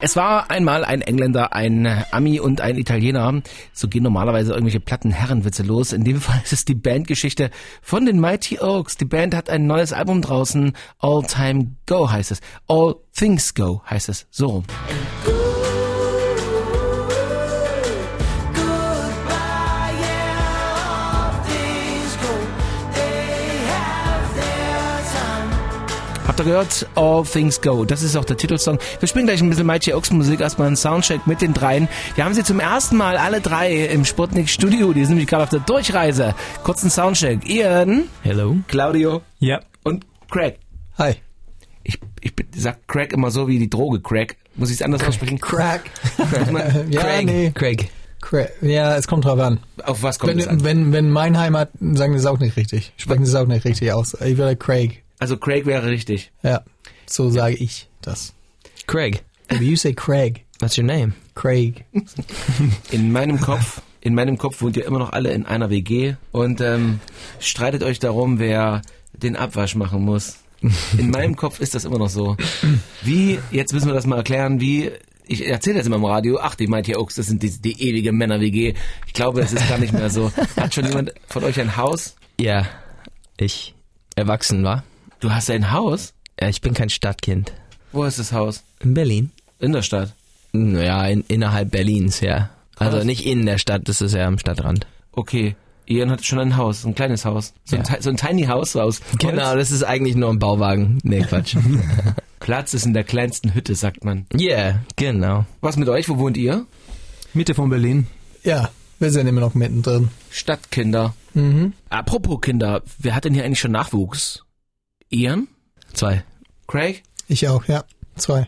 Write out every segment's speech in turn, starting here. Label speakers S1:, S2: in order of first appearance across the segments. S1: Es war einmal ein Engländer, ein Ami und ein Italiener. So gehen normalerweise irgendwelche platten Herrenwitze los. In dem Fall ist es die Bandgeschichte von den Mighty Oaks. Die Band hat ein neues Album draußen. All Time Go heißt es. All Things Go heißt es. So rum. Habt ihr gehört? All Things Go. Das ist auch der Titelsong. Wir spielen gleich ein bisschen Mighty Oaks Musik, erstmal einen Soundcheck mit den dreien. Wir haben sie zum ersten Mal alle drei im Sputnik Studio. Die sind nämlich gerade auf der Durchreise. Kurzen Soundcheck. Ian,
S2: Hello.
S1: Claudio
S2: Ja.
S1: und Craig.
S3: Hi.
S1: Ich, ich bin- sag Craig immer so wie die Droge Craig. Muss ich es anders aussprechen?
S3: Crack.
S1: Muss man-
S3: Ja,
S1: Craig.
S3: nee.
S2: Craig.
S3: Crack. Ja, es kommt drauf an.
S1: Auf was kommt
S3: Wenn,
S1: es an?
S3: wenn, wenn mein Heimat, sagen sie es auch nicht richtig. Sprechen sie es auch nicht richtig aus. Ich würde Craig.
S1: Also Craig wäre richtig.
S3: Ja. So sage ich das.
S2: Craig.
S3: But you say Craig.
S2: What's your name?
S3: Craig.
S1: In meinem Kopf, in meinem Kopf wohnt ihr immer noch alle in einer WG und ähm, streitet euch darum, wer den Abwasch machen muss. In meinem Kopf ist das immer noch so. Wie, jetzt müssen wir das mal erklären, wie, ich erzähle das immer im Radio, ach, die Mighty Oaks, das sind die, die ewige Männer-WG. Ich glaube, es ist gar nicht mehr so. Hat schon jemand von euch ein Haus?
S2: Ja. Ich. Erwachsen war.
S1: Du hast ein Haus?
S2: Ja, ich bin kein Stadtkind.
S1: Wo ist das Haus?
S2: In Berlin?
S1: In der Stadt.
S2: Naja, in, innerhalb Berlins, ja. Also
S1: Krass.
S2: nicht in der Stadt, das ist ja am Stadtrand.
S1: Okay. Ian hat schon ein Haus, ein kleines Haus. So, ein,
S2: Ja.
S1: Ti- so ein Tiny House so aus. Holz.
S2: Genau, das ist eigentlich nur ein Bauwagen. Nee, Quatsch.
S1: Platz ist in der kleinsten Hütte, sagt man.
S2: yeah, genau.
S1: Was mit euch? Wo wohnt ihr?
S4: Mitte von Berlin.
S3: Ja, wir sind immer noch mittendrin.
S1: Stadtkinder.
S3: Mhm.
S1: Apropos Kinder, wer hat denn hier eigentlich schon Nachwuchs? Ian?
S2: Zwei.
S1: Craig?
S3: Ich auch, ja. Zwei.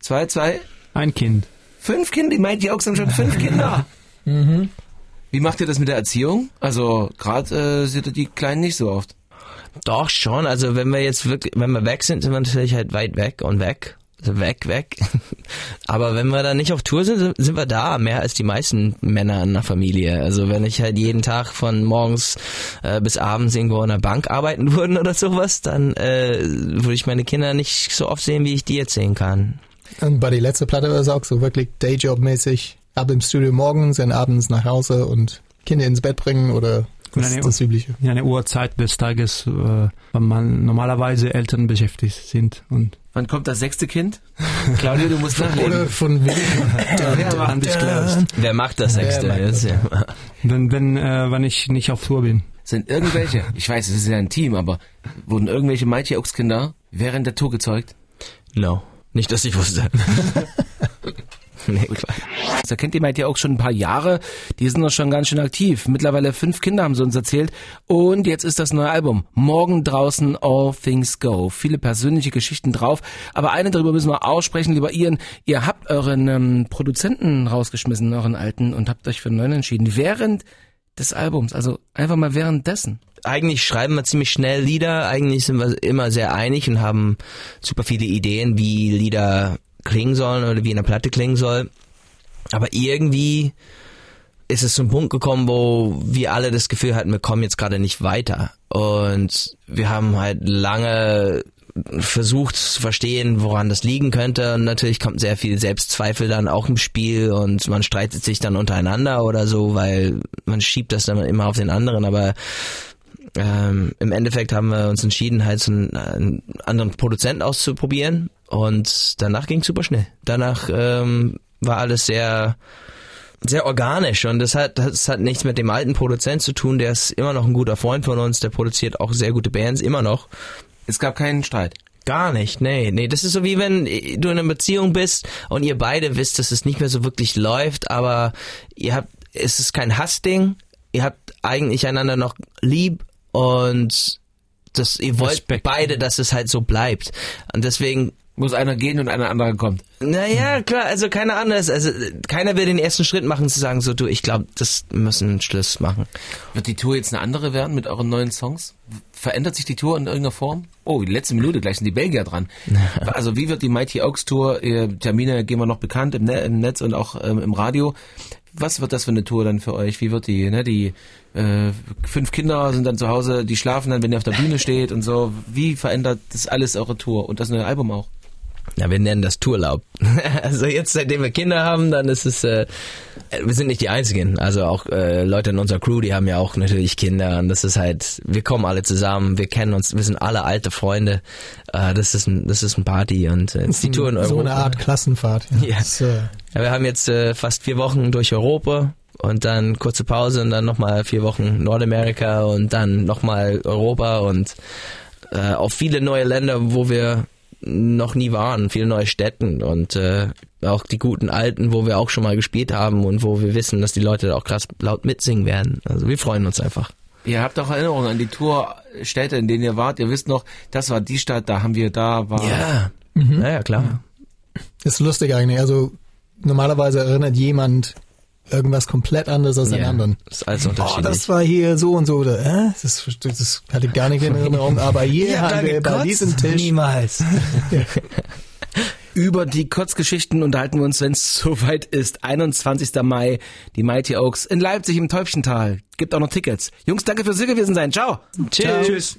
S1: Zwei, zwei?
S4: Ein Kind.
S1: Fünf Kinder? Die meint, die Ochs haben schon fünf Kinder.
S3: Mhm.
S1: Wie macht ihr das mit der Erziehung? Also, gerade äh, seht ihr die Kleinen nicht so oft.
S2: Doch schon, also wenn wir jetzt wirklich, wenn wir weg sind, sind wir natürlich halt weit weg und weg. Also weg, weg. Aber wenn wir dann nicht auf Tour sind, sind- sind wir da, mehr als die meisten Männer in der Familie. Also wenn ich halt jeden Tag von morgens äh, bis abends irgendwo an der Bank arbeiten würde oder sowas, dann äh, würde ich meine Kinder nicht so oft sehen, wie ich die jetzt sehen kann.
S3: Und bei der letzten Platte war es auch so wirklich Dayjob-mäßig. Ab im Studio morgens und abends nach Hause und Kinder ins Bett bringen oder
S4: Und
S3: das,
S4: eine-
S3: das Übliche.
S4: Ja, eine Uhrzeit des Tages, äh, wenn man normalerweise Eltern beschäftigt sind. Und
S1: Wann kommt das sechste Kind? Claudio, du musst nachlegen.
S3: Oder von wegen.
S4: ja, war disclosed.
S2: Wer macht das
S3: Wer
S2: Sechste?
S3: macht
S2: Jetzt,
S3: das?
S2: ja.
S4: Wenn, wenn, äh, wenn ich nicht auf Tour bin.
S1: Sind irgendwelche, ich weiß, es ist ja ein Team, aber wurden irgendwelche Mighty Oaks Kinder während der Tour gezeugt?
S2: No. Nicht, dass ich wusste. nee, Quatsch.
S1: Da Also kennt ihr meint ja auch schon ein paar Jahre. Die sind doch schon ganz schön aktiv. Mittlerweile fünf Kinder haben sie uns erzählt. Und jetzt ist das neue Album. Morgen draußen All Things Go. Viele persönliche Geschichten drauf. Aber eine darüber müssen wir aussprechen, lieber Ian. Ihr habt euren ähm, Produzenten rausgeschmissen, euren alten, und habt euch für einen neuen entschieden. Während des Albums. Also einfach mal währenddessen.
S2: eigentlich schreiben wir ziemlich schnell Lieder. Eigentlich sind wir immer sehr einig und haben super viele Ideen, wie Lieder klingen sollen oder wie eine Platte klingen soll. Aber irgendwie ist es zum Punkt gekommen, wo wir alle das Gefühl hatten, wir kommen jetzt gerade nicht weiter. Und wir haben halt lange versucht zu verstehen, woran das liegen könnte. Und natürlich kommt sehr viel Selbstzweifel dann auch im Spiel und man streitet sich dann untereinander oder so, weil man schiebt das dann immer auf den anderen. Aber ähm, im Endeffekt haben wir uns entschieden, halt so einen, einen anderen Produzenten auszuprobieren und danach ging super schnell. Danach ähm, war alles sehr sehr organisch und das hat das hat nichts mit dem alten Produzent zu tun, der ist immer noch ein guter Freund von uns, der produziert auch sehr gute Bands immer noch.
S1: Es gab keinen Streit.
S2: Gar nicht, nee, nee. Das ist so wie wenn äh, du in einer Beziehung bist und ihr beide wisst, dass es nicht mehr so wirklich läuft, aber ihr habt, es ist kein Hassding, ihr habt eigentlich einander noch lieb und das, ihr wollt
S4: Respekt.
S2: beide, dass es halt so bleibt. Und deswegen,
S1: Muss einer gehen und einer andere kommt.
S2: naja, klar, also keiner anders, also äh, keiner will den ersten Schritt machen zu sagen, so du, ich glaube, das müssen wir einen Schluss machen.
S1: Wird die Tour jetzt eine andere werden mit euren neuen Songs? Verändert sich die Tour in irgendeiner Form? Oh, die letzte Minute, gleich sind die Belgier dran. also wie wird die Mighty Oaks Tour, äh, Termine gehen wir noch bekannt im, Ne- im Netz und auch ähm, im Radio. Was wird das für eine Tour dann für euch? Wie wird die, ne, die äh, fünf Kinder sind dann zu Hause, die schlafen dann, wenn ihr auf der Bühne steht und so. Wie verändert das alles eure Tour und das neue Album auch?
S2: Ja, wir nennen das Tourlaub. also jetzt, seitdem wir Kinder haben, dann ist es, äh, wir sind nicht die Einzigen. Also auch äh, Leute in unserer Crew, die haben ja auch natürlich Kinder. Und das ist halt, wir kommen alle zusammen, wir kennen uns, wir sind alle alte Freunde. Äh, das ist ein, das ist ein Party und äh, die Tour in Europa.
S3: So eine Art Klassenfahrt. Ja.
S2: Ja.
S3: Das, äh,
S2: Ja, wir haben jetzt äh, fast vier Wochen durch Europa und dann kurze Pause und dann nochmal vier Wochen Nordamerika und dann nochmal Europa und äh, auch viele neue Länder, wo wir noch nie waren, viele neue Städten und äh, auch die guten alten, wo wir auch schon mal gespielt haben und wo wir wissen, dass die Leute da auch krass laut mitsingen werden. Also wir freuen uns einfach.
S1: Ihr habt auch Erinnerungen an die Tourstädte, in denen ihr wart. Ihr wisst noch, das war die Stadt, da haben wir da war.
S2: Ja,
S3: Mhm.
S2: naja klar.
S3: ist lustig eigentlich. Also normalerweise erinnert jemand irgendwas komplett anderes als den
S2: Ja,
S3: anderen.
S2: ist alles
S3: Oh,
S2: unterschiedlich.
S3: das war hier so und so, oder? Äh? Das, das, das hatte ich gar nicht in Erinnerung, aber hier haben wir bei diesem Tisch.
S2: Niemals.
S1: Über die Kurzgeschichten unterhalten wir uns, wenn es soweit ist. 21. Mai, die Mighty Oaks in Leipzig im Täubchental. Gibt auch noch Tickets. Jungs, danke fürs hier gewesen sein. Ciao.
S2: Tschüss.